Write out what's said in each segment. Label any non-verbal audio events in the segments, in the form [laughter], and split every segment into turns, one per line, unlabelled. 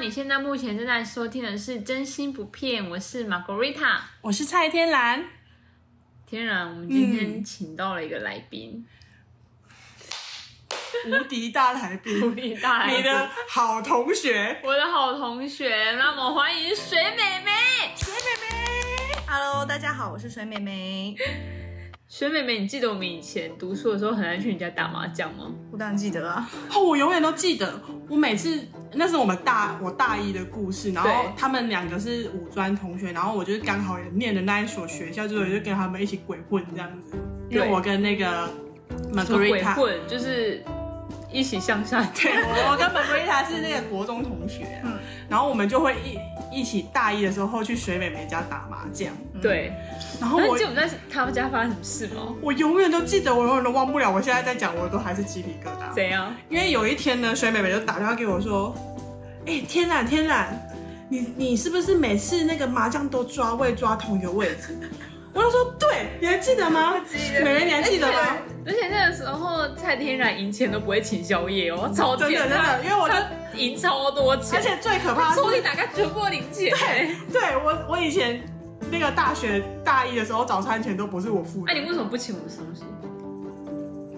你现在目前正在收听的是《真心不骗》，我是 Margarita。
我是蔡天蓝，
天然，我们今天请到了一个来宾，
无敌大来
[laughs]
宾，
无敌大来
[laughs] 你
宾，
的好同学
我的好同学。那么欢迎水美美，
水妹妹。
嗯
Hello，大家好，我是水美美。
水美美，你记得我们以前读书的时候很爱去你家打麻将吗？
我当然记得啊，
哦，我永远都记得，我每次那是我们大我大一的故事，然后
对
他们两个是五专同学，然后我就是刚好也念的那一所学校，就是我就跟他们一起鬼混这样子，因为
对
我跟那个
什么鬼
Margarita，
混，就是一起向下跳。
[laughs] 对，我跟 Margarita 是那个国中同学啊、
嗯
然后我们就会一一起大一的时候去水美美家打麻将，
对，
然后
嗯那
我
你记得我们在他们家发生什么事吗？
我永远都记得，我永远都忘不了。我现在在讲，我都还是鸡皮疙瘩。
怎样？
因为有一天呢，水美美就打电话给我说：“哎、天然天然，你你是不是每次那个麻将都抓位抓同一个位置？” [laughs] 我就说：“对，你还记得吗？美美，你还
哎
记得吗？
而且那个时候，蔡天然赢钱都不会请宵夜哦，超
真的
简
真
单，
的，因为我就
他赢超多钱，
而且最可怕的
抽屉
是，
打开全部零钱。
啊对我我以前那个大学大一的时候，早餐钱都不是我付
那、
的，
啊你为什么不请我们吃东西？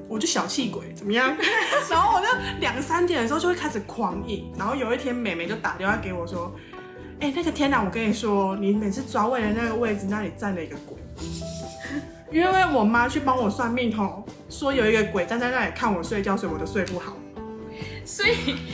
我就小气鬼，怎么样？ [laughs] 然后我就两三点的时候就会开始狂饮，然后有一天美美就打电话给我说：“哎、那个天呐，我跟你说，你每次抓位的那个位置那里站了一个 [laughs] 鬼，因为我妈去帮我算命吼，说有一个鬼站在那里看我睡觉，所以我都睡不好。
所以，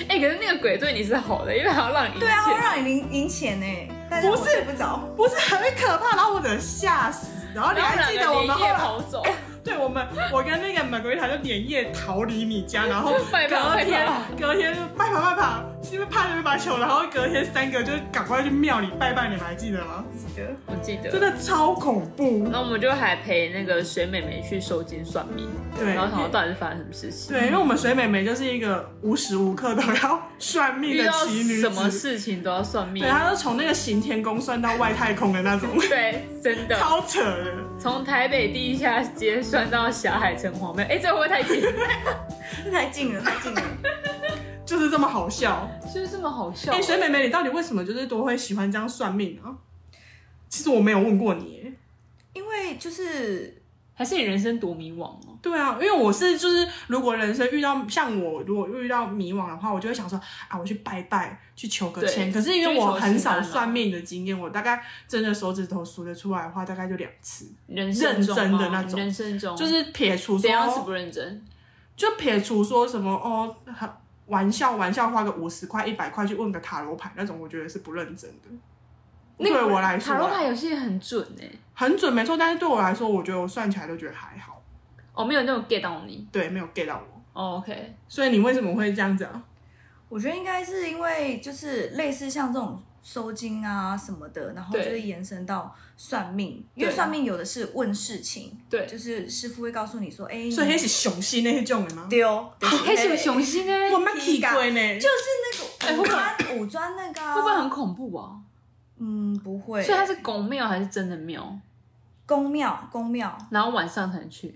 哎、可是那个鬼对你是好的，因为还要让你赢
对啊，会
钱。
让你赢赢钱呢，但是
不
我
是
睡不着。
不是很可怕，然后我得吓死。”然后你
然后
还记得我们
两个
后
连夜
来哎
逃走，
对我们，我跟那个玫瑰塔就连夜逃离你家，然后
[laughs] 拜拜
隔
拜
天
拜
隔天就拜跑拜跑，是因为怕你把球，然后隔天三个就赶快去庙里拜拜，你们还记得吗？
我记得。
真的超恐怖
然，后我们就还陪那个水美美去收金算命，
对
然后想到到底是发生什么事情，
对，因为我们水美美就是一个无时无刻都要算命
遇
的
到
奇女
什么
子，
事情都要算命
对，，她就从那个行天宫算到外太空的那种，
[laughs] 对，真的。
超扯的。
从台北地下街算到霞海城隍庙，哎、这会不会太
[laughs]
近？
这太近了，太近了。
就是这么好笑，
就是这么好笑、
哎、水美美，你到底为什么就是都会喜欢这样算命啊？其实我没有问过你耶、
[laughs] 因为就是
还是你人生多迷惘哦。
对啊，因为我是就是，如果人生遇到像我，如果遇到迷惘的话，我就会想说啊，我去拜拜，去求个签。
对
可是因为
去求
我很
签
少
啊
算命的经验，我大概真的手指头数得出来的话，大概就两次。
人生中吗
认真的那种
人生中
就是撇除
哦怎样是
说，
不认真？
就撇除说什么哦，很玩笑玩笑花个五十块一百块去问个塔罗牌那种，我觉得是不认真的。
那个
对我来说
塔罗
啊
牌有些很准哎、
很准没错，但是对我来说，我觉得我算起来都觉得还好，
哦，没有那种 get 到你。
对，没有 get 到我。
哦、OK，
所以你为什么会这样子啊？
我觉得应该是因为就是类似像这种收金啊什么的，然后就
对
是延伸到算命，因为
对
算命有的是问事情，
对
就是师傅会告诉你说，哎、
嗯
所以
你
那是雄心那种的吗？
丢，哎
还是有雄心欸呢、
哦哎我没去过呢，
就是那
哎会不
个五
会
专五专那个啊、
会不会很恐怖啊？
嗯不会，
所以它是拱庙还是真的庙？
宫庙宫庙
然后晚上才能去，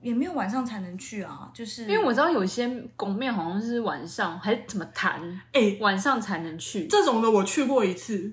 也没有晚上才能去啊，就是
因为我知道有些拱庙好像是晚上还是怎么谈，
哎、
晚上才能去。
这种的我去过一次，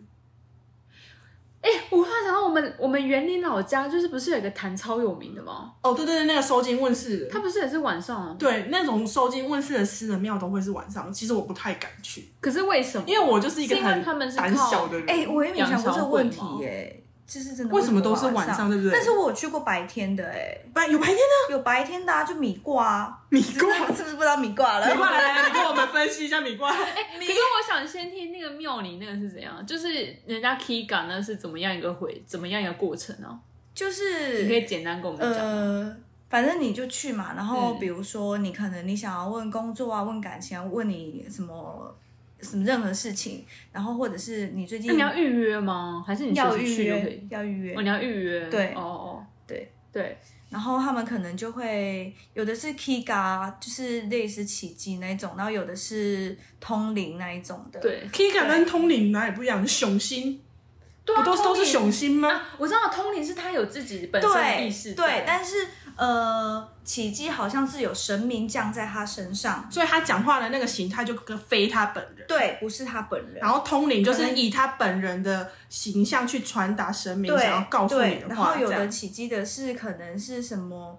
哎、我突然想到我们我们园林老家就是不是有一个坛超有名的吗？
哦，对对对，那个收金问世的，
它不是也是晚上啊？
对那种收金问世的私人庙都会是晚上，其实我不太敢去，
可是为什么？
因为我就是一个
是因为
很
他们是靠
胆小的人。
哎、我也没想过这个问题
杨朝
耶、就是真的
为什么都是晚
晚
上对不对
但是我有去过白天的哎、
白有白天呢，
有白天的、啊、就米挂、啊，
米
你
卦，
[laughs]
[laughs]
是不是不知道米挂了？
米卦来来啊来，你跟我们分析一下米卦。 [laughs]
可是我想先听那个庙里那个是怎样，就是人家 key 感呢是怎么样一个回，怎么样一个过程啊？
[laughs] 就
你可以
是
简单跟我们讲。
呃，反正你就去嘛，然后
嗯
比如说你可能你想要问工作啊，问感情啊，问你什么什么任何事情，然后或者是你最
那
近
你要预约吗？还是你
要
随时
预
去就可以
约？，要预约
哦，你要预约。
对
哦哦，
对
对，
然后他们可能就会有的是 Kiga，就是类似奇迹那一种，然后有的是通灵那一种的。，
对，
Kika 跟通灵哪里不一样？雄心
对啊，
不都是都是
Tony
雄心吗？
啊，我知道通灵是他有自己本身的意识
对
在
对，但是呃，奇迹好像是有神明降在他身上，
所以他讲话的那个形态就跟非他本人。
对，不是他本人。
然后通灵就是
可能
以他本人的形象去传达神明
对
想要告诉你
对，
的
然
话，
后有
这
的
样
起迹的是可能是什么。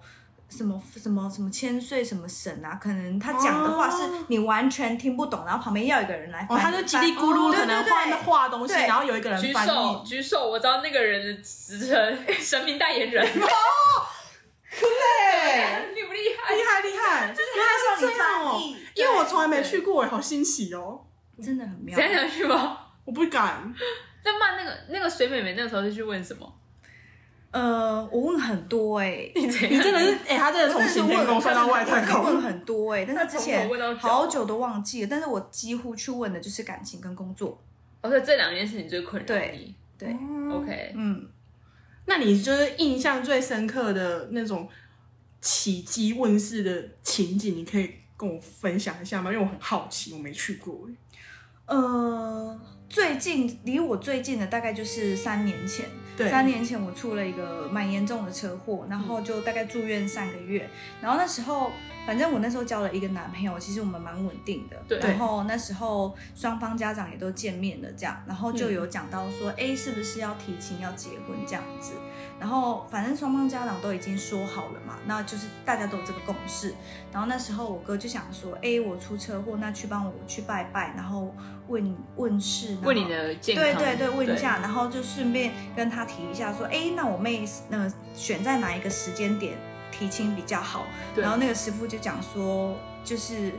什么什么什么千岁什么神啊？可能他讲的话是
哦
你完全听不懂，然后旁边要有一个人来翻。
哦，他就叽里咕
哦
噜，
对
可能
对
画
对
画东西，
对
然后有一个人
举
翻
手
译。
举手，我知道那个人的职
[laughs]
称，神明代言人，
对，
厉不厉害？
厉害厉害，原
他
来是这样
让
哦
你翻译，
因为我从来没
对
去过，好欣喜哦，
翻，真的很
[laughs]
妙
怎。样想去吗？
我不敢。
[laughs] 那曼那个那个水美美那个时候是去问什么？
呃，我问很多哎、
你怎样
你真的 [laughs] 是，哎，他真的从
真的是
行天宫
问
算到外太
我问
空，
很多哎、但是之
[laughs]
他从头问到
前
脚
好久都忘记了。但是我几乎去问的就是感情跟工作。
哦，所以这两件事情最困扰你。
对，
OK，
嗯，
那你就是印象最深刻的那种起机问世的情景，你可以跟我分享一下吗？因为我很好奇，我没去过。
呃，最近离我最近的大概就是三年前，
对，
三年前我出了一个蛮严重的车祸，然后就大概住院三个月。然后那时候，反正我那时候交了一个男朋友，其实我们蛮稳定的。
对
然后那时候双方家长也都见面了，这样，然后
嗯
就有讲到说，哎、是不是要提亲要结婚这样子？然后反正双方家长都已经说好了嘛，那就是大家都有这个共识。然后那时候我哥就想说，哎，我出车祸，那去帮我去拜拜，然后问问事，然后
问你的健康，
嗯对对对，问一下，然后就顺便跟他提一下，说，哎，那我妹呃选在哪一个时间点提亲比较好？
对
然后那个师傅就讲说，就是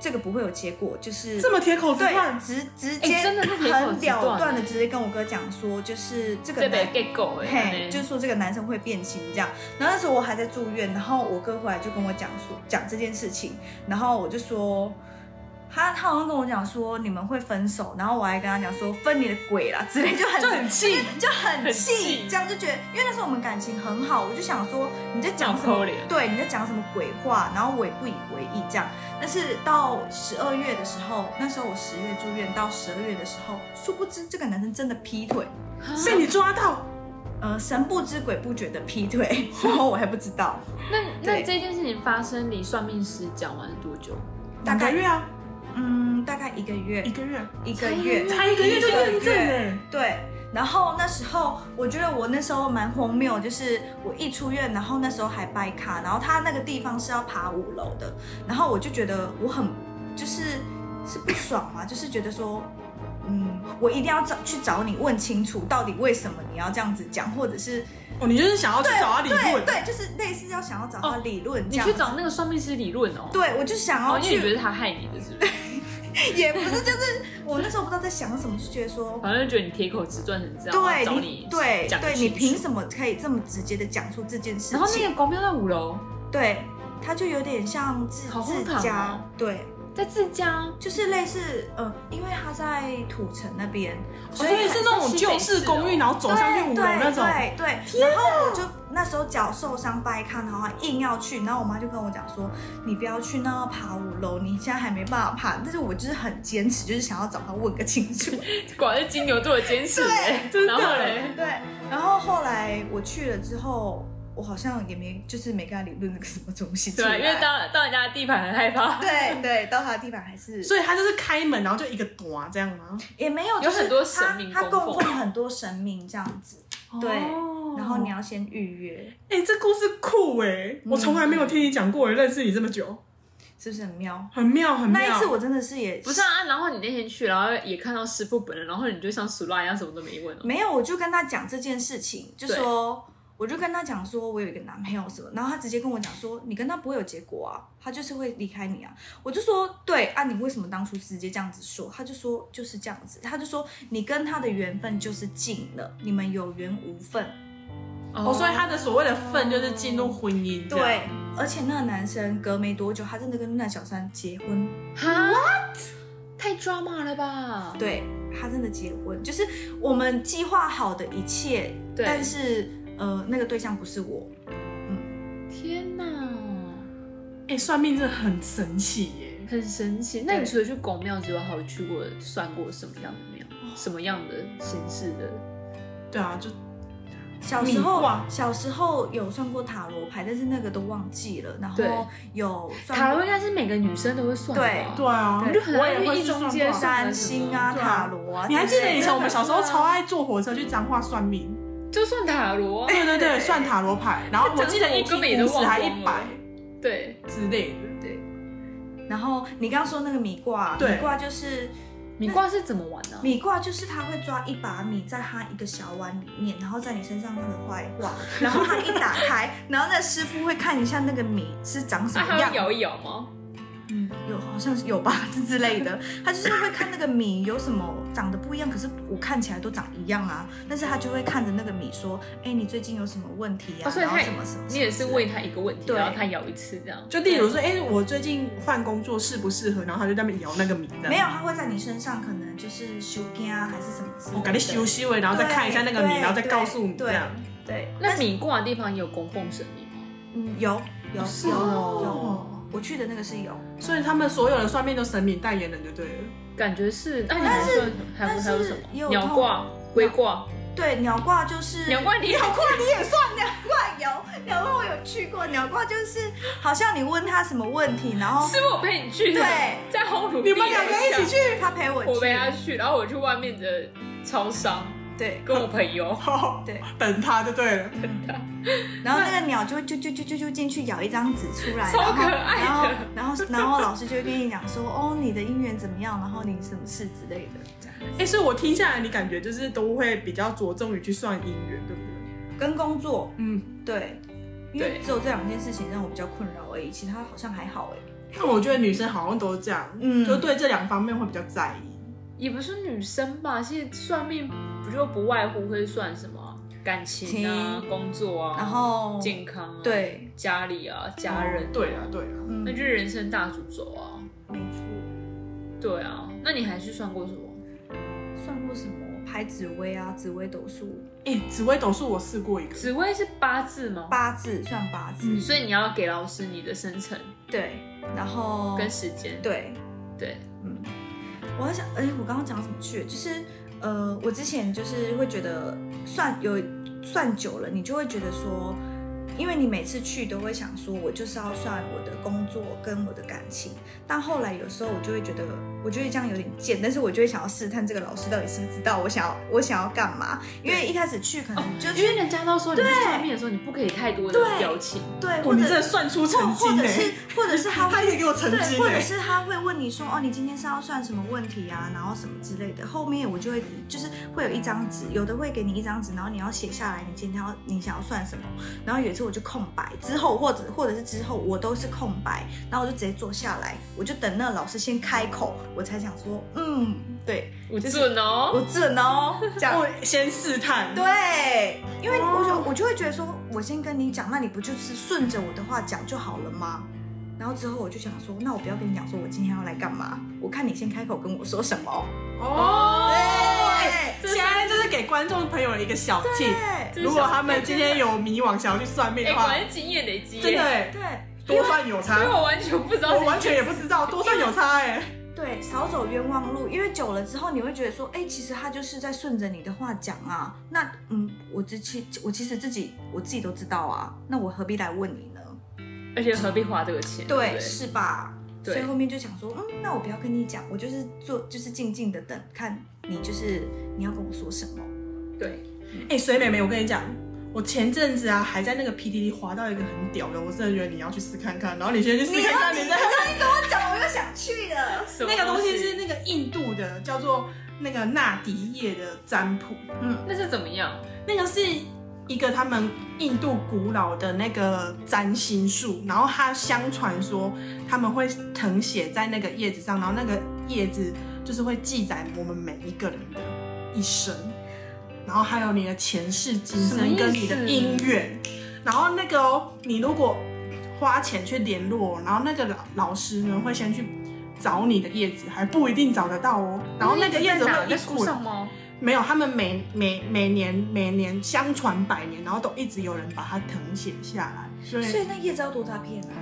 这个不会有结果，就是
这么铁口直断
对，，直直
诶
接
哎真的是铁口
很
直断
了断
欸
的直接跟我哥讲说，就是这个
这
男
边 get 狗哎
嘿，，就说这个男生会变心这样。然后那时候我还在住院，然后我哥回来就跟我讲说讲这件事情，然后我就说。他他好像跟我讲说你们会分手，然后我还跟他讲说分你的鬼啦之类，就很
就很气，
就很
很
气
气，
这样就觉得，因为那时候我们感情很好，我就想说你在讲什
好可
么
怜？
对，你在讲什么鬼话？然后我也不以为意这样。但是到十二月的时候，那时候我十月住院，到十二月的时候，殊不知这个男生真的劈腿，
啊
被你抓到，
呃，神不知鬼不觉的劈腿， [laughs] 然后我还不知道，
那那
对
这件事情发生，你算命师讲完多久？
大
两个
概
月啊，
嗯，大概一个月
一，个月，
一个月，
才一个月就认证
一个月
哎，
对，然后那时候我觉得我那时候蛮荒谬，就是我一出院，然后那时候还掰卡，然后他那个地方是要爬五楼的，然后我就觉得我很就是是不爽嘛， [laughs] 就是觉得说。嗯，我一定要找去找你问清楚，到底为什么你要这样子讲，或者是
哦，你就是想要去找他理
对
论，
对，就是类似要想要找他
哦
理论这
你
样
去
子。
找那个算命师理论哦。
对，我就想
哦，
要
因为你觉
去，
得他害你的是不是？
也不是，就是我那时候不知道在想什么，就觉得说，
反正觉得你铁口直断成这样，然后
对
找
你，对
对
对，你凭什么可以这么直接的讲出这件事情？
然后那个光标在五楼，
对，他就有点像自
好荒
自
唐
家，
哦
对，
在自家，哦
就是类似呃，因为他在土城那边，
所以是哦那种旧
哦
式公寓，然后走上去五楼那种，
对对对，然后我就那时候脚受伤掰开，然后还硬要去，然后我妈就跟我讲说，你不要去，那要爬五楼，你现在还没办法爬，但是我就是很坚持，就是想要找他问个清楚。
果然是金牛座的坚持。哎
真的
然后嘞，
对，然后后来我去了之后，我好像也没就是没跟他理论那个什么东西出
对，
来，
因为到到人家的地盘很害怕，
啊对对，到他的地方还是
所以他就是开门，然后就一个短这样吗？
也没有，
有
就是
很多神明
他他
供
供
奉
奉很多神明这样子，对
哦
然后你，要先预约，
哎，这故事酷哎，我从来没有听你讲过，认识你这么久，
是不是很妙？
很妙很妙。
那一次我真的是也
不是啊。然后你那天去，然后也看到师傅本人，然后你就像熟拉一样，什么都没问哦。
没有，我就跟他讲这件事情，就
对
说我就跟他讲说我有一个男朋友什么，然后他直接跟我讲说你跟他不会有结果啊，他就是会离开你啊。我就说对啊，你为什么当初直接这样子说？他就说就是这样子，他就说你跟他的缘分就是尽了，你们有缘无分。
哦，所以他的所谓的份就是进入婚姻，这样
对，而且那个男生隔没多久，他真的跟那小三结婚。
哦哈，what？太 drama 了吧？
对他真的结婚，就是我们计划好的一切，
对
但是呃，那个对象不是我。
天哪，
哎，算命真的很神奇耶。
很神奇。那你
对
除了去
哦
拱庙之外，还有去过算过什么样的庙？什么样的形式的？
对啊，就
小时
米
候
卦，
小时候有算过塔罗牌，但是那个都忘记了。然
对
后有算
塔
过
罗应该是每个女生都会算吧？
对啊
我，就很
我
爱
也
去
会
一
去
中
算
街
卦
上
占星啊、
对啊
塔罗啊之类的。
你还记得以前我们小
[laughs]
时候
对啊
超爱坐火车去彰化算命？
就算塔罗啊，
对
哎
对哎对，算塔罗牌，然后我记得一
根本也都
听五十
忘
还
光
一
了
百
对，
之类的。
然后你刚刚说那个米卦，
对
米卦就是
米卦是怎么玩呢？
米卦，就是他会抓一把米在他一个小碗里面，然后在你身上合画一画，然后他一打开，然后那师傅会看一下那个米是长
[laughs]
什
啊，
么
还
样
会，摇一摇吗？
嗯，有好像是有吧之类的， [laughs] 他就是会看那个米有什么长得不一样，可是我看起来都长一样啊，但是他就会看着那个米说，哎，你最近有什么问题啊？
哦所以
然后
他
什么什么，
你也是问他一个问题，
对
然后他摇一次这样。
就例如说，哎、我最近换工作适不适合？然后他就在那边摇那个米，这样
没有，他会在你身上可能就是修根啊，还是什么之类的，
我赶紧休息欸位，然后再看一下那个米，
对
然后再告诉你
对
这样。
对，
那米卦的地方也有供奉神明吗？
嗯，有有
哦
是
有有，
哦
我去的那个是有，
所以他们所有的算命都神明代言人就对了。
感觉是，那你还说还有
但是
还有什么
也有
鸟卦、龟卦、
对，鸟卦就是哎
鸟卦你鸟卦
你也算
有鸟卦，我有去过，鸟卦就是好像你问他什么问题，然后
是啊我陪你去的，
对，
在烘炉地
你们两个一起去，
他陪我去，
我陪他去，然后我去外面的超商
对，
跟我朋友，
哦，
对，
[laughs] 等他就对
[laughs]
了。
然后那个鸟就会啾啾啾啾啾进去咬一张纸出来，
超
然后
可爱的
然后然后然后老师就会跟你讲说，哦，你的姻缘怎么样，然后你什么事之类的，这样
哎、所以我听下来，你感觉就是都会比较着重于去算姻缘，对不对？
跟工作
嗯，
对，因为
对
只有这两件事情让我比较困扰而已，其他好像还好哎。
但我觉得女生好像都这样，
嗯
就对这两方面会比较在意。
[laughs] 也不是女生吧？其实算命不就不外乎会算什么感情啊、
情
工作啊，
然后
健康啊，，
对，
家里啊、家人，
对啊，对啊。
嗯
那就是人生大主轴啊。
没错，
对啊，那你还去算过什么？
算过什么拍紫薇啊、紫薇斗数、
哎、紫微斗数我试过一个，
紫薇是八字吗？
八字算八字，
嗯
所以你要给老师你的生辰
对，然后
跟时间。
对，
哦对，
嗯，我还想，哎、我刚刚讲什么去了？就是呃，我之前就是会觉得算有算久了，你就会觉得说，因为你每次去都会想说，我就是要算我的工作跟我的感情，但后来有时候我就会觉得，我觉得这样有点贱，但是我就会想要试探这个老师到底是不是知道我想要我想要干嘛，因为一开始去可
哦
能就
因为
去、
人家都说你去算命的时候，你不可以太多的
对
表情。
对，
哦，
或
你真
者
的算出
或
成绩
或
呢、
者是或者是他
欸他
会
也给我欸成
对，
绩
或者
呢
是他会问你说，哦，你今天是要算什么问题啊，然后什么之类的。后面我就会就是会有一张纸，有的会给你一张纸，然后你要写下来你今天要你想要算什么。然后有一次我就空白，之后或者或者是之后我都是空白，然后我就直接坐下来，我就等那老师先开口，我才想说，嗯，对
我准哦，
我准哦，这样。
我先试探。
对，因为我
哦
就我就会觉得说，我先跟你讲，那你不就是顺着我的话讲就好了吗？然后之后我就想说，那我不要跟你讲说我今天要来干嘛，我看你先开口跟我说什么。
哦，
对
现在就是给观众朋友一个小 tip，
对
这
如果他们今天有迷惘想要去算命
哎，
的
果
话，
然经验累积耶。
真的欸
对
多算有差
因为。我完全不知道
我
这
完全也不知道，多算有差哎、
对，少走冤枉路，因为久了之后你会觉得说，哎，其实他就是在顺着你的话讲啊。那嗯，我之其我其实自己我自己都知道啊，那我何必来问你呢？
而且何必花这个钱？对不
对，
对，
是吧？
对
所以后面就想说，嗯，那我不要跟你讲，我就是做，就是静静的等，看你就是你要跟我说 [laughs] 什么。
对，
哎、水妹妹，我跟你讲，我前阵子啊还在那个 PDD 滑到一个很屌的，我真的觉得你要去试看看，然后你先去试看看，
你
你
刚
再
刚一跟我讲，我又想去了。
什么
那个东西是，那个印度的，叫做那个纳迪叶的占卜，
那是怎么样？
那个是一个他们印度古老的那个占星术，然后它相传说他们会誊写在那个叶子上，然后那个叶子就是会记载我们每一个人的一生，然后还有你的前世今
什么意
生
思
跟你的姻缘，然后那个哦，你如果花钱去联络，然后那个老老师呢会先去。找你的叶子还不一定找得到哦，然后那个叶子
在哪
会
在
一
树
滚
上吗？
没有，他们每每每年每年相传百年，然后都一直有人把它誊写下来，所
所
以
以那叶子要多大片啊？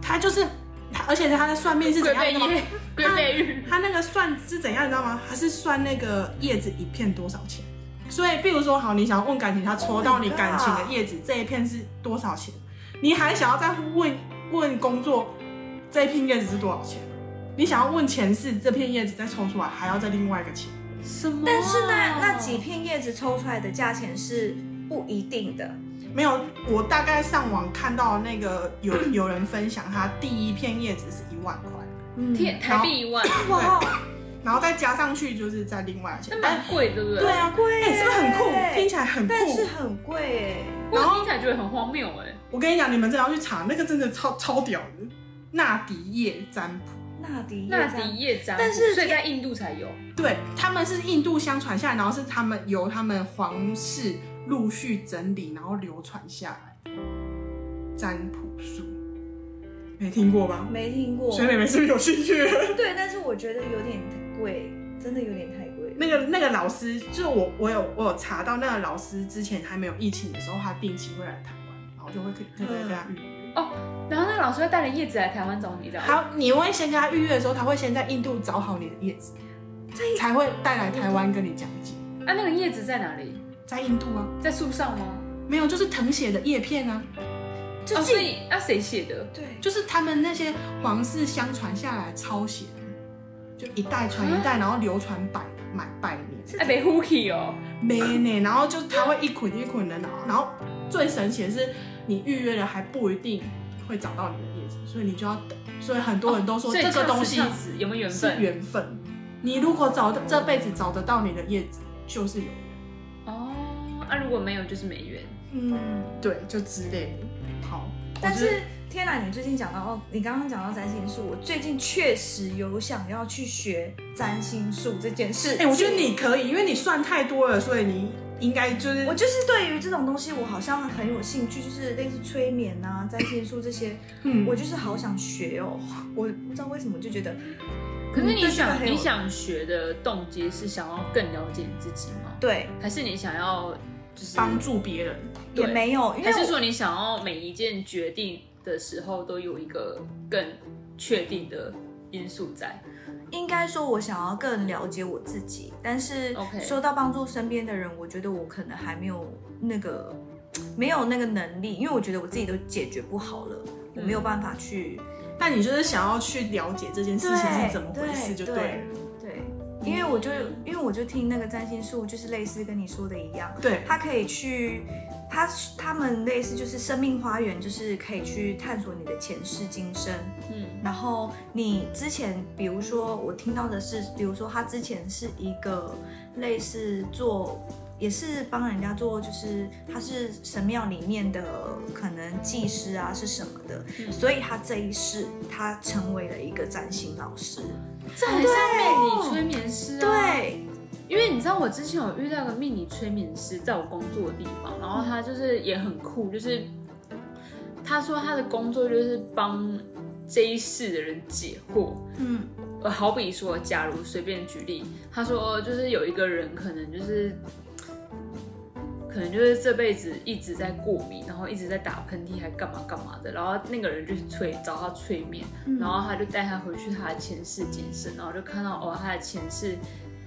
他就是，他而且他的算命是
龟
怎样
背
你知道吗？啊
叶，龟背玉，
他那个算是怎样，你知道吗？他是算那个叶子一片多少钱，所以，比如说，好，你想要问感情，他抽到你
Oh my
感情的
God
叶子这一片是多少钱？你还想要再问问工作这一片叶子是多少钱？你想要问前世这片叶子再抽出来，还要再另外一个钱？
什么啊？
但是那那几片叶子抽出来的价钱是不一定的，
没有，我大概上网看到那个有 [clears throat] 有人分享，他第一片叶子是一万块，
嗯
天台币一万，
哇，
然后再加上去就是再另外一个钱
那。
但
蛮贵，对不对？
对啊，
贵
哎、是不是很酷？
耶
听起来很酷。
但是很贵哎。
我听起来觉得很荒谬哎、
我跟你讲，你们真的要去查，那个真的超超屌的，纳迪叶占卜。
纳迪叶
纳
这样
迪叶占卜，
但是
所以在印度才有，
对，他们是印度相传下来，然后是他们由他们皇室陆续整理，然后流传下来的占卜术，没听过吧？
没听过，
所以妹妹是不是有兴趣？
嗯对，但是我觉得有点贵，真的有点太贵。
那个那个老师，就是我我有我有查到，那个老师之前还没有疫情的时候，他定期会来台湾，然后就会跟就会跟他预约。
然后那个老师会带着叶子来台湾找你的，
好，你会先跟他预约的时候，他会先在印度找好你的叶子，才会带来台湾跟你讲解。
啊，那个叶子在哪里？
在印度啊，
在树上吗？
没有，就是誊写的叶片啊，
就
哦，
自
所
己
以啊，谁写的？
对，
就是他们那些皇室相传下来抄写的，就一代传一代，然后流传百百百年，
哎，被 h o o k y 哦，
没呢。然后就他会一捆一捆的，然后然后最神奇的是，你预约了还不一定会找到你的叶子，所以你就要等。所以很多人都说
哦所以
这个
像
东
是
西
像是有没有缘
是
分？
缘分，你如果找到这辈子找得到你的叶子，就是有缘。
哦，啊，如果没有就是没缘。
嗯，对，就之类的。好，
但是天哪，你最近讲到哦，你刚刚讲到占星术，我最近确实有想要去学占星术这件事。
哎、我觉得，你可以，因为你算太多了，所以你应该就是
我就是对于这种东西，我好像很有兴趣，就是类似催眠啊、占星术这些，
嗯
我就是好想学哦。我不知道为什么就觉得，
可是
嗯
你
对这个
想
很有
你想学的动机是想要更了解你自己吗？
对
还是你想要就是
帮？助别人。
对
也没有，因为
还是
我
说你想要每一件决定的时候都有一个更确定的因素在？
应该说，我想要更了解我自己，但是
OK
说到帮助身边的人，我觉得我可能还没有那个没有那个能力，因为我觉得我自己都解决不好了，我没有办法去
但你就是想要去了解这件事情是怎么回事，就对了。
对，因为我就因为我就听那个占星术，就是类似跟你说的一样，
对，
他可以去，他他们类似就是生命花园，就是可以去探索你的前世今生。
嗯，
然后你之前，比如说我听到的是，比如说他之前是一个类似做。也是帮人家做，就是他是神庙里面的可能技师啊，是什么的，
嗯
所以他这一世他成为了一个占星老师。
这哎很像命理催眠师啊。
哦对，
因为你知道，我之前有遇到一个命理催眠师，在我工作的地方，然后他
嗯
就是也很酷，就是他说他的工作就是帮这一世的人解惑。
嗯，
呃，好比说，假如随便举例，他说就是有一个人可能就是，可能就是这辈子一直在过敏，然后一直在打喷嚏，还干嘛干嘛的，然后那个人就去催找他催眠，
嗯
然后他就带他回去他的前世今生，然后就看到哦，他的前世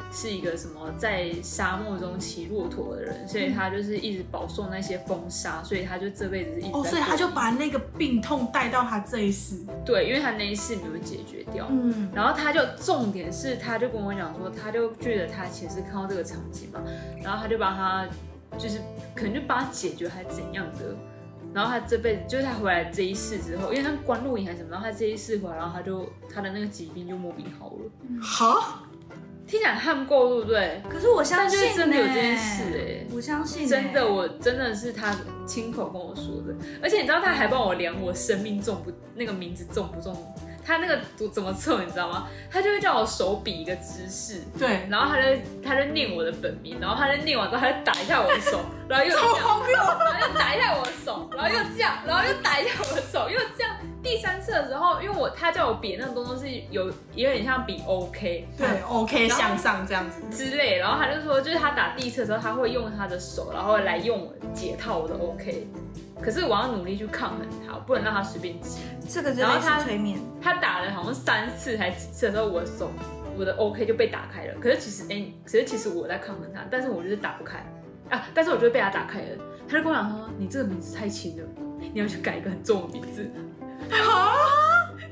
是一个什么在沙漠中骑骆驼的人，
嗯
所以他就是一直饱受那些风沙，所以他就这辈子是一直在
哦，所以他
过
就把那个病痛带到他这一世。
对，因为他那一世没有解决掉，
嗯，
然后他就重点是，他就跟我讲说，他就觉得他前世看到这个场景嘛，然后他就帮他，就是可能就帮他解决还是怎样的。然后他这辈子就是他回来这一世之后，因为他关录影还是什么，然后他这一世回来，然后他就他的那个疾病就莫名好了。
好，
听起来很够，对不对？
可是我相信、
但
欸，
就是真的有这件事欸
我相信、欸，
真的，我真的是他亲口跟我说的，而且你知道他还帮我量我生命重不那个名字重不重，他那个怎怎么测你知道吗？他就会叫我手比一个姿势，
对，
然后他就他就念我的本名，然后他就念完之后，他就打一下我的手，然后又这样，然后又打一下我的手，然后又这样，然后又打一下我的手，又这样。第三次的时候，因为我他叫我比那个动作是有有点像比 OK
对，OK，
然后
向上这样子。
之类，然后他就说，就是他打第一次的时候，他会用他的手，然后来用我解套我的 OK，可是我要努力去抗衡他，我不能让他随便解。
这个就
然后
类
他
似催眠，
他打了好像三次还几次的时候，我的手我的 OK 就被打开了。可是其实哎、可是其实我在抗衡他，但是我就是打不开。啊，但是我就被他打开了，他就跟我讲说，你这个名字太轻了，你要去改一个很重的名字。 [laughs] 啊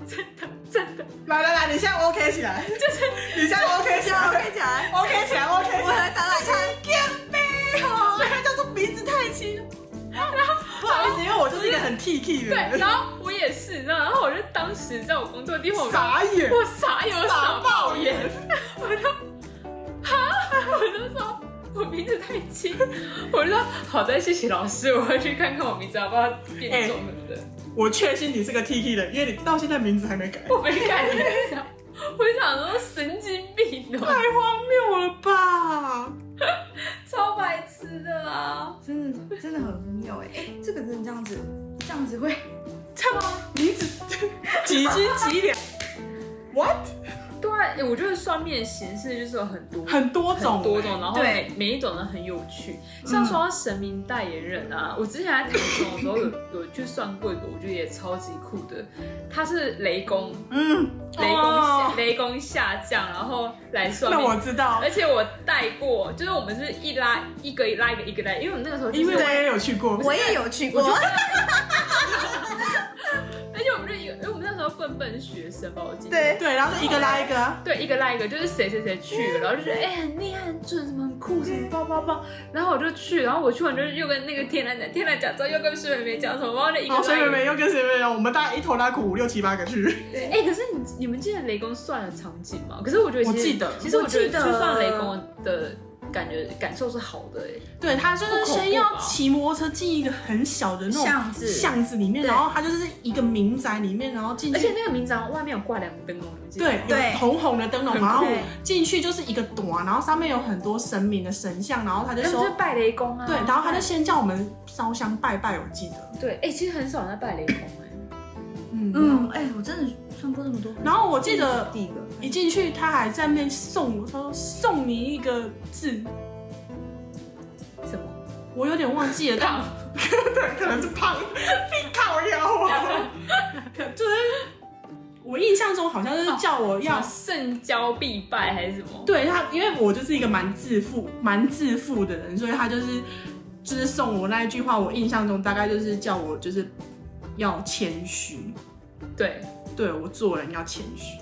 真的真的，
来来来，你现在 OK 起 [laughs] 来，就是你现在 OK 起
我
来
跟你哎讲，啊
，OK 起来，OK 起
我
来。
来打打看。
哦，他叫做鼻子太轻。不好意思，因为我就是一个很 T T 的
对，
人
然，后我也是，然后然后我就当时在我工作的地方，我就
傻眼，
我傻眼，我
傻
傻
爆
爆
眼
眼，我就哈，我就说我名字太轻，我就说好的，谢谢老师，我要去看看我名字好不好变重了的，
我确信你是个 T T 的，因为你到现在名字还没改，
我没看 [laughs] 一下，我就想说神经病
太
哦，
荒谬了吧！
超白痴的啊！
[laughs] 真的真的很荒谬哎！哎、这个真的这样子，这样子会，
[laughs] 名字几斤几两？What？
对啊，欸我觉得算命的形式就是有很多
很多种，欸
很多种，欸然后
对
每每一种都很有趣。像说到神明代言人啊，我之前在台中的时候有有去算过一个，我觉得也超级酷的，他是雷公，
嗯，
雷公下
哦
雷公下降，然后来算
那我
命。
知道
而，且我带过，就是我们是一拉一个一拉一个一个带，因为我们那个时候就是
因为我也有去过，
我也有去过，
而且我们就有，因为我们那时候笨笨学生吧，我记得。
对
对，然后就一个拉一个啊，
对，一个拉一个，就是谁谁谁去了，然后就觉得哎、很厉害、很准，什么很酷，什
嗯
么包包包，然后我就去，然后我去完就是又跟那个天蓝讲，天蓝讲之后又跟孙美美讲什么，然后就一个
然后
拉
谁
一个
妹妹又跟谁妹妹，我们大概一头拉苦五六七八个去，
哎、可是你你们记得雷公算的场景吗？可是我觉得其实
我记得
其实我觉
我
得
记得
就算雷公的感觉感受是好的、哎，
对他就
不
是
恐怖
先要
吧
骑摩托车进一个很小的那种
巷子
巷子里面，
对
然后他就是一个民宅里面，然后进
而且
去。
那个名章外面有挂两个灯笼，你们记得吗
对，
对
有红红的灯笼，
很
然后
酷
进去就是一个朵，然后上面有很多神明的神像，然后他就
他们就
说
是，拜雷公啊，
对，然后他就先叫我们烧香拜拜，我记得，
对，哎、其实很少人在拜雷公、哎。
嗯
嗯，哎、我真的算过这么多，
然后我记得
第一个
一进去，他还在那边送我，他说送你一个字，
什么
我有点忘记了，但
胖？
[laughs] 对，可能是胖， [laughs] 你靠腰啊，可就是我印象中好像就是叫我要
要圣交必拜还是什么？
对他，因为我就是一个蛮自负、蛮自负的人，所以他就是就是送我那一句话，我印象中大概就是叫我就是要谦虚，
对，
对我做人要谦虚。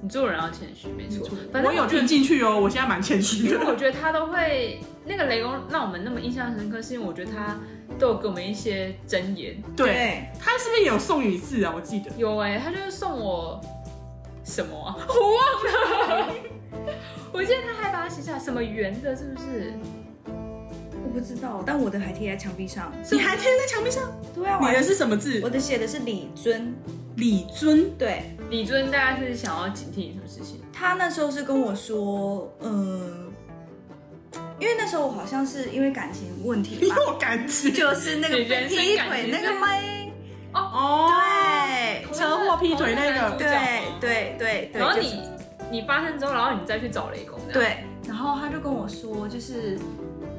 你做人要谦虚，没错。反
我
正
有
觉得
听进去哦，我现在蛮谦虚
因为
的。
我觉得他都会那个雷公让我们那么印象深刻，是因为我觉得他都有给我们一些箴言。
对，他是不是也有送你字啊？我记得
有哎、他就是送我什么啊？ [laughs] 我忘了。 [laughs] 我记得他还把它写下来什么圆的，是不是？
我不知道，但我的还贴在墙壁上。
你还贴在墙壁上，
对啊，我
你
还
的是什么字
我？的写的是李尊，
李尊。
对
李尊大概是想要警惕你什么事情？
他那时候是跟我说，嗯、因为那时候我好像是因为感情问题
你
吧，
[laughs] 有感情
就是那个
你人生
劈
感
腿
情
那个
是
妹，
哦，
对。
车祸劈腿那个
同一个男主
对
角
对对对，
然后
就是
你你发生之后，然后你再去找雷公的。
对，然后他就跟我说，就是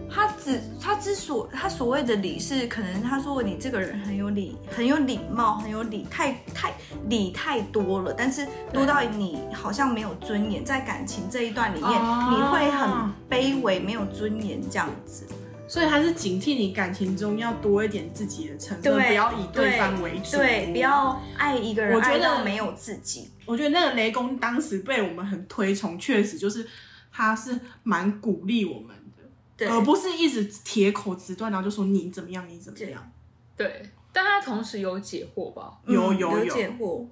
他只他之所他所谓的礼是，可能他说你这个人很有礼，很有礼貌，很有礼，太太礼太多了，但是多到你好像没有尊严，在感情这一段里面，
哦
你会很卑微，没有尊严这样子。
所以他是警惕你感情中要多一点自己的成分，
对
不要以对方为主。
对，不要爱一个人，
我觉
爱到
得
没有自己。
我觉得那个雷公当时被我们很推崇，确实就是他是蛮鼓励我们
对
的，啊而不是一直铁口直断，然后就说你怎么样，你怎么样。
对，但他同时有解惑吧？
有
嗯
有有
解惑，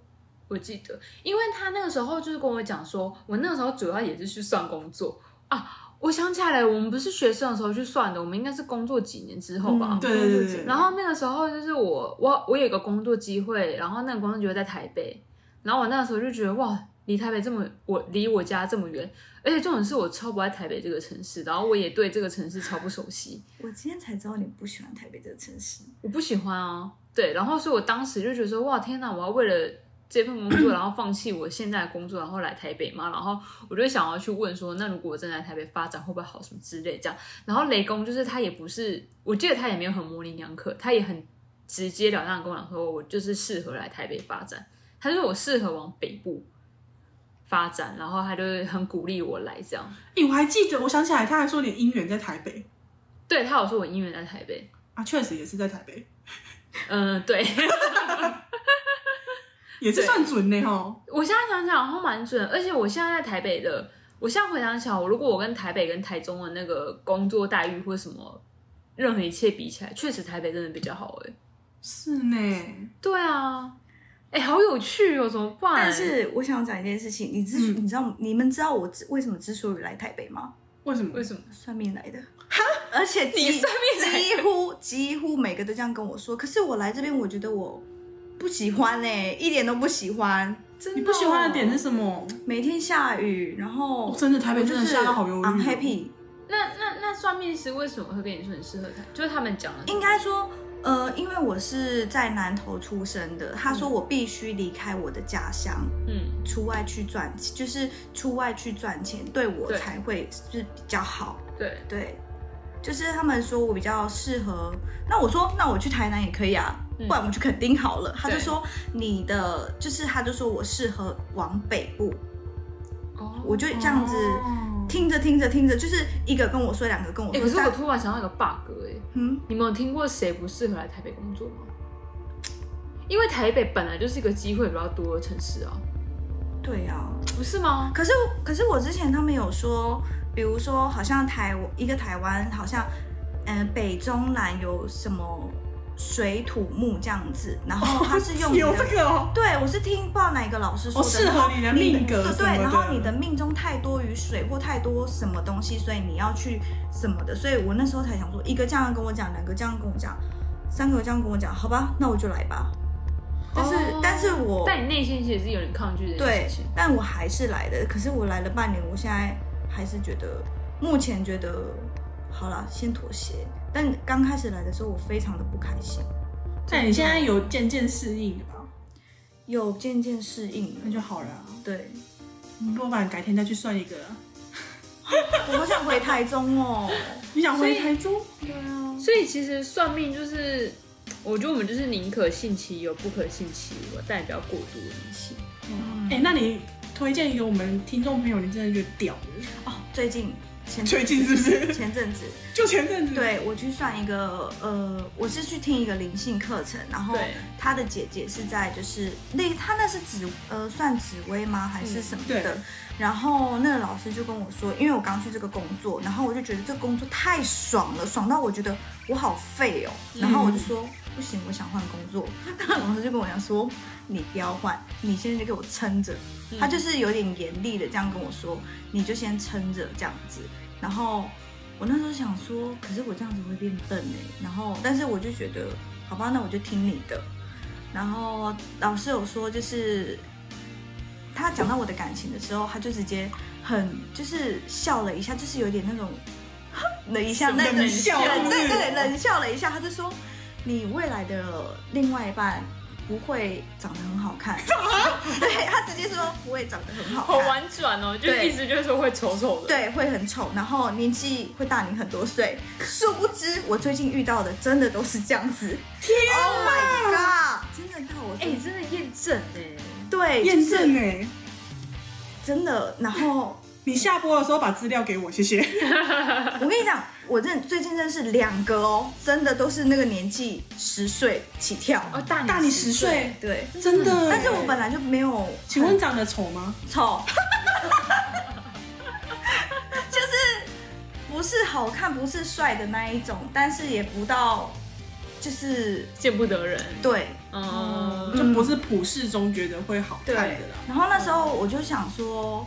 我记得，因为他那个时候就是跟我讲说，我那个时候主要也是去算工作啊。我想起来了，我们不是学生的时候去算的，我们应该是工作几年之后吧。
嗯
对对对对对
然后那个时候就是我我我有一个工作机会，然后那个工作机会在台北，然后我那个时候就觉得哇，离台北这么我离我家这么远，而且这种是我超不爱台北这个城市，然后我也对这个城市超不熟悉，
我今天才知道你不喜欢台北这个城市。
我不喜欢啊。对，然后所以我当时就觉得说，哇，天哪，我要为了这份工作，然后放弃我现在的工作，然后来台北嘛。然后我就想要去问说，那如果我真的来台北发展，会不会好什么之类这样。然后雷公就是他也不是，我记得他也没有很模棱两可，他也很直截了当地跟我讲说，我就是适合来台北发展，他就说我适合往北部发展，然后他就是很鼓励我来这样。
诶、我还记得，我想起来，他还说你姻缘在台北，
对他有说我姻缘在台北，
啊，确实也是在台北，
嗯，对
也是算准的哈。
我现在想想好像蛮准的，而且我现在在台北的，我现在回想起来，我如果我跟台北跟台中的那个工作待遇或什么任何一切比起来，确实台北真的比较好哎、
是呢，
对啊，哎、好有趣哦，怎么办？
但是我想讲一件事情，你之、
嗯
你知道你们知道我之为什么之所以来台北吗？
为什么？
为什么？
算命来的，而且几
算命来的
几乎几乎每个都这样跟我说。可是我来这边，我觉得我不喜欢呢、一点都不喜欢。
真
你
哦
不喜欢的点是什么？
每天下雨，然后、
哦真的台北真的下到好忧郁哦
I'm happy，
那那那算命师为什么会跟你说你适合台？就是他们讲的，
应该说，呃，因为我是在南投出生的，他
嗯
说我必须离开我的家乡，
嗯，
出外去赚，钱，就是出外去赚钱，对我
对
才会就是比较好。
对，
对，就是他们说我比较适合。那我说，那我去台南也可以啊，
嗯
不然我们去垦丁好了。他就
对
说你的，就是他就说我适合往北部，
哦
我就这样子
哦
听着听着听着，就是一个跟我说，两个跟我
哎、
说，
可是我
三
突然想到一个 bug 哎、
嗯，
你们有听过谁不适合来台北工作吗？因为台北本来就是一个机会比较多的城市啊，
对啊。
不是吗？
可是可是我之前他们有说，比如说好像台一个台湾好像，嗯、北中南有什么水土木这样子，然后他是
[laughs]
用你的
有这个哦，
对，我是听不知道哪一个老师说的，
哦适合你的命格
然后你
什
对，
么的
然后你的命中太多雨水或太多什么东西，所以你要去什么的，所以我那时候才想说，一个这样跟我讲，两个这样跟我讲，三个这样跟我讲，好吧，那我就来吧。但是、
哦
但是我
但你内心其实是有点抗拒这件
对
事情。，
但我还是来的。可是我来了半年，我现在还是觉得，目前觉得好啦，先妥协。但刚开始来的时候，我非常的不开心，
但你现在有渐渐适应了吧？
有渐渐适应了。
那就好了啊。
对，
你不然改天再去算一个啊。
我好想回台中哦。
你想回台中？
对啊。
所以其实算命就是，我觉得我们就是宁可信其有，不可信其无，但也不要过度迷信。
嗯
哎、那你推荐给我们听众朋友，你真的觉得屌的？
哦，最近前
最近是不是？
前阵子，
就前阵子，，
对我去算一个呃，我是去听一个灵性课程，然后
对
他的姐姐是在就是那他那是紫呃算紫薇吗还是什么
嗯
的？
对
然后那个老师就跟我说，因为我刚去这个工作，然后我就觉得这个工作太爽了，爽到我觉得我好废哦，
嗯
然后我就说。不行，我想换工作。 [laughs] 那老师就跟我讲说：“你不要换，你现在就给我撑着。”
嗯
他就是有点严厉的这样跟我说：“你就先撑着这样子。”然后我那时候想说，可是我这样子会变笨哎。然后，但是我就觉得，好吧，那我就听你的。然后老师有说，就是他讲到我的感情的时候，他就直接很就是笑了一下，就是有点那种了一下，那
冷
种
笑是不是
对对，冷笑了一下，他就说你未来的另外一半。不会长得很好看，对他直接说不会长得很好
好
[laughs]
看，
婉转哦，就
对
意思就是说会丑丑的。，
对，会很丑，然后年纪会大你很多岁。殊不知，我最近遇到的真的都是这样子。
天啊，
Oh my god！真的到我
哎、
哎、
真的验证哎、
对，
验
就是
证哎、
真的。然后
你下播的时候把资料给我，谢谢。
[laughs] 我跟你讲，我认最近认识两个哦，真的都是那个年纪十岁起跳。
哦，大你
大你嗯十，岁，
对，
真的。
但是我本来就没有
请问长得丑吗？ [laughs]
丑，就是不是好看，不是帅的那一种，但是也不到就是
见不得人。
对。
嗯，
就哦不是普世中觉得会好看的啦。
然后那时候我就想说，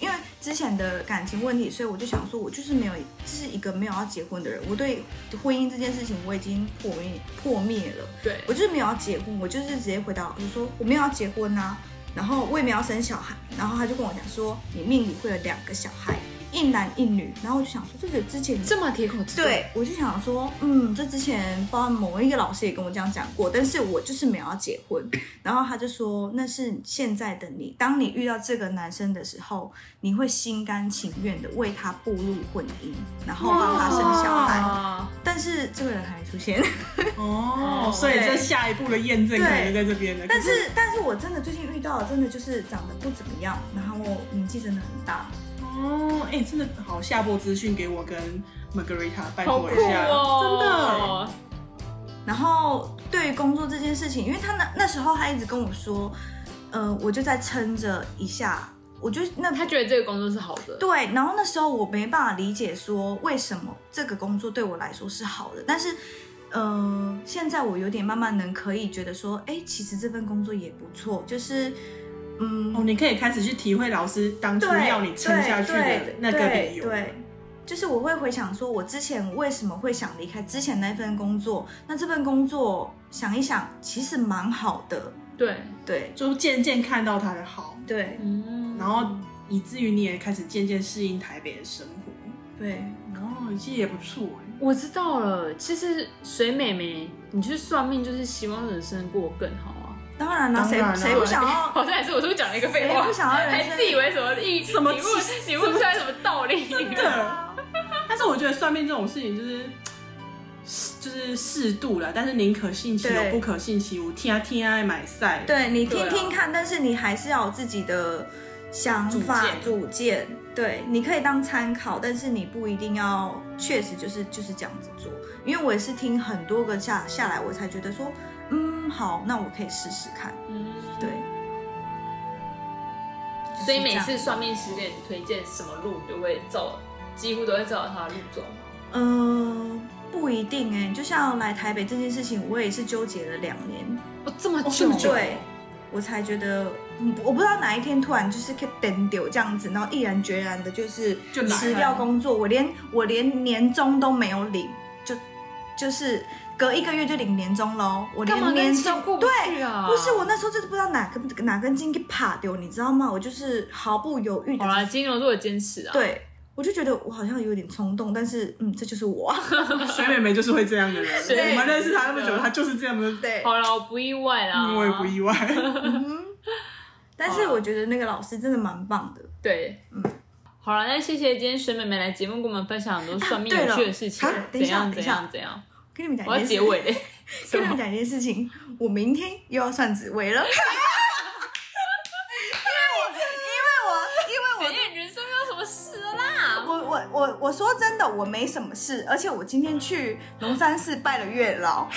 因为之前的感情问题，所以我就想说，我就是没有，就是一个没有要结婚的人。我对婚姻这件事情我已经破灭破灭了，
对，
我就是没有要结婚，我就是直接回答我就说我没有要结婚啊，然后我也没有要生小孩。然后他就跟我讲说，你命里会有两个小孩，一男一女。然后我就想说，这个之前
这么铁口直断。
对，我就想说，嗯，这之前不知道某一个老师也跟我这样讲过，但是我就是没有要结 [coughs] 婚。然后他就说，那是现在的你，当你遇到这个男生的时候，你会心甘情愿的为他步入婚姻，然后帮他生小孩。
啊，
但是这个人还没出现，
哦
哦，
所以这下一步的验证可能就在这边了。
但
可
是但是我真的最近遇到，真的就是长得不怎么样，然后年纪真的很大，
哦，哎、真的好，下播资讯给我跟 Margarita，拜
好
托
酷
一下，
哦！
然后对于工作这件事情，因为他那那时候他一直跟我说，呃，我就在撑着一下，我就那
他觉得这个工作是好的，
对，然后那时候我没办法理解说为什么这个工作对我来说是好的，但是，呃，现在我有点慢慢能可以觉得说，哎，其实这份工作也不错，就是，
真
嗯，
的。哦，你可以开始去体会老师当初
对
要你撑下去的
对
那个理由。
对对，就是我会回想说，我之前为什么会想离开之前那份工作？那这份工作想一想，其实蛮好的，
对，
对
就渐渐看到他的好，
对
嗯，
然后以至于你也开始渐渐适应台北的生活。
对，
哦，其实也不错哎。
我知道了。其实水美眉，你去算命就是希望人生过得更好啊。
当然了，
当
谁
然啦
谁不
[laughs]
想要？
好像也是我是不是讲了一个废
谁
话
不？想要人
还
生？
自以为什么一
什么
你悟你悟出来什么道理？
啊
的，但是我觉得算命这种事情就是。就是适度了，但是宁可信其有，
对
不可信其无。听啊听啊，买赛。
对你听
对啊
听看，但是你还是要有自己的想法
主
主见。对，你可以当参考，但是你不一定要，确实就是就是这样子做。因为我也是听很多个下下来，我才觉得说，嗯，好，那我可以试试看。
嗯
对，，
所以每
就是这
次
样，
算命师给你推荐什么路，你就会照，几乎都会照着他的路走。
嗯、不一定哎、就像来台北这件事情，我也是纠结了两年。
哦，这么
这么久
对，我才觉得，嗯我不知道哪一天突然就是可以等丢这样子，然后毅然决然的，就是
就来了
辞掉工作，我连我连年终都没有领，就就是隔一个月就领年终喽，我
干嘛
连
跟
年
自己
终
过不
对。
去啊？
不是我那时候就是不知道哪根哪根筋给啪丢，你知道吗？我就是毫不犹豫
好啦，
的，
金牛座的坚持啊。，
对我就觉得我好像有点冲动，但是嗯，这就是我， [laughs]
水妹妹就是会这样的人。
对
我们认识她那么久，
对
她就是这样的，
对，
好啦，我嗯不意外啦，
我也不意外。
但是我觉得那个老师真的蛮棒的，
对，嗯。好了，那谢谢今天水美美来节目，跟我们分享很多算命
啊对
有
了
趣的事情
啊，等一
怎
下
样
等
怎
一下哎
样怎样，
跟你们讲一
我要
件事
结尾
[laughs]
嘞。什
跟你
么
们讲一件事情，我明天又要算紫
[laughs]
薇了。因为我因为
谁呀你人生没有什么事了啦。
我因为我我我我我说真的，我没什么事，而且我今天去龙山寺拜了月老，
哦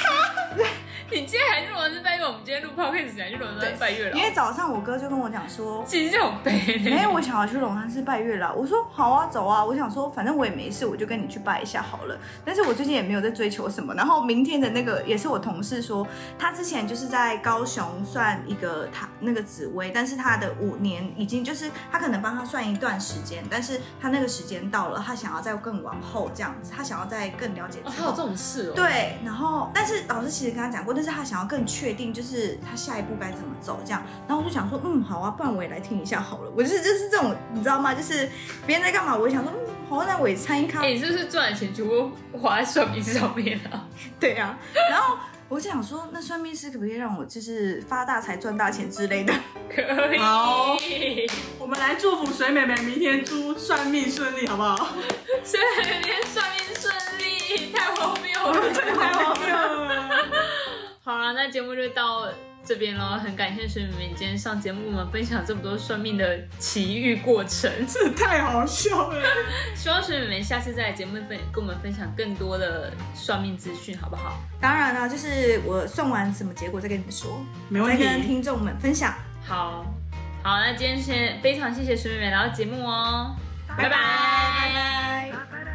你今天还去伦敦拜月，我们今天录 podcast 前还去伦敦拜月了，
因，为早上我哥就跟我讲说
其实就很悲嘞。
没有，我想要去龙山寺拜月老。我说好啊，走啊。我想说，反正我也没事，我就跟你去拜一下好了。但是我最近也没有在追求什么。然后明天的那个也是我同事说，他之前就是在高雄算一个他那个紫薇，但是他的五年已经就是他可能帮他算一段时间，但是他那个时间到了，他想要再更往后这样子，他想要再更了解
哦，
自己。
还有这种事哦。，
对，然后但是老师其实跟他讲过，但是他想要更确定，就是他下一步该怎么走这样。然后我就想说，嗯，好啊，不然我也来听一下好了。我就是就是这种，你知道吗？就是别人在干嘛，我也想说，嗯，好啊，那我也参与看。
哎，你是不是赚的钱全部花在算命上面了？ [laughs]
对啊，然后我就想说，那算命师可不可以让我就是发大财、赚大钱之类的？ [laughs]
可
好
以。
我们来祝福水妹妹明天祝算命顺利，好不好？
虽然明天算命顺利，太荒
[laughs]
谬了，
太荒谬 [laughs] 了。
好了，那节目就到这边喽。很感谢水美美今天上节目，跟我们分享这么多算命的奇遇过程。
这太好笑了。
希望水美美下次再来节目分跟我们分享更多的算命资讯，好不好？
当然啦、就是我算完什么结果再跟你们说，
没
再
问
跟
题，
听众们分享。
好，好，那今天先非常谢谢水美美来到节目哦，拜拜
拜拜。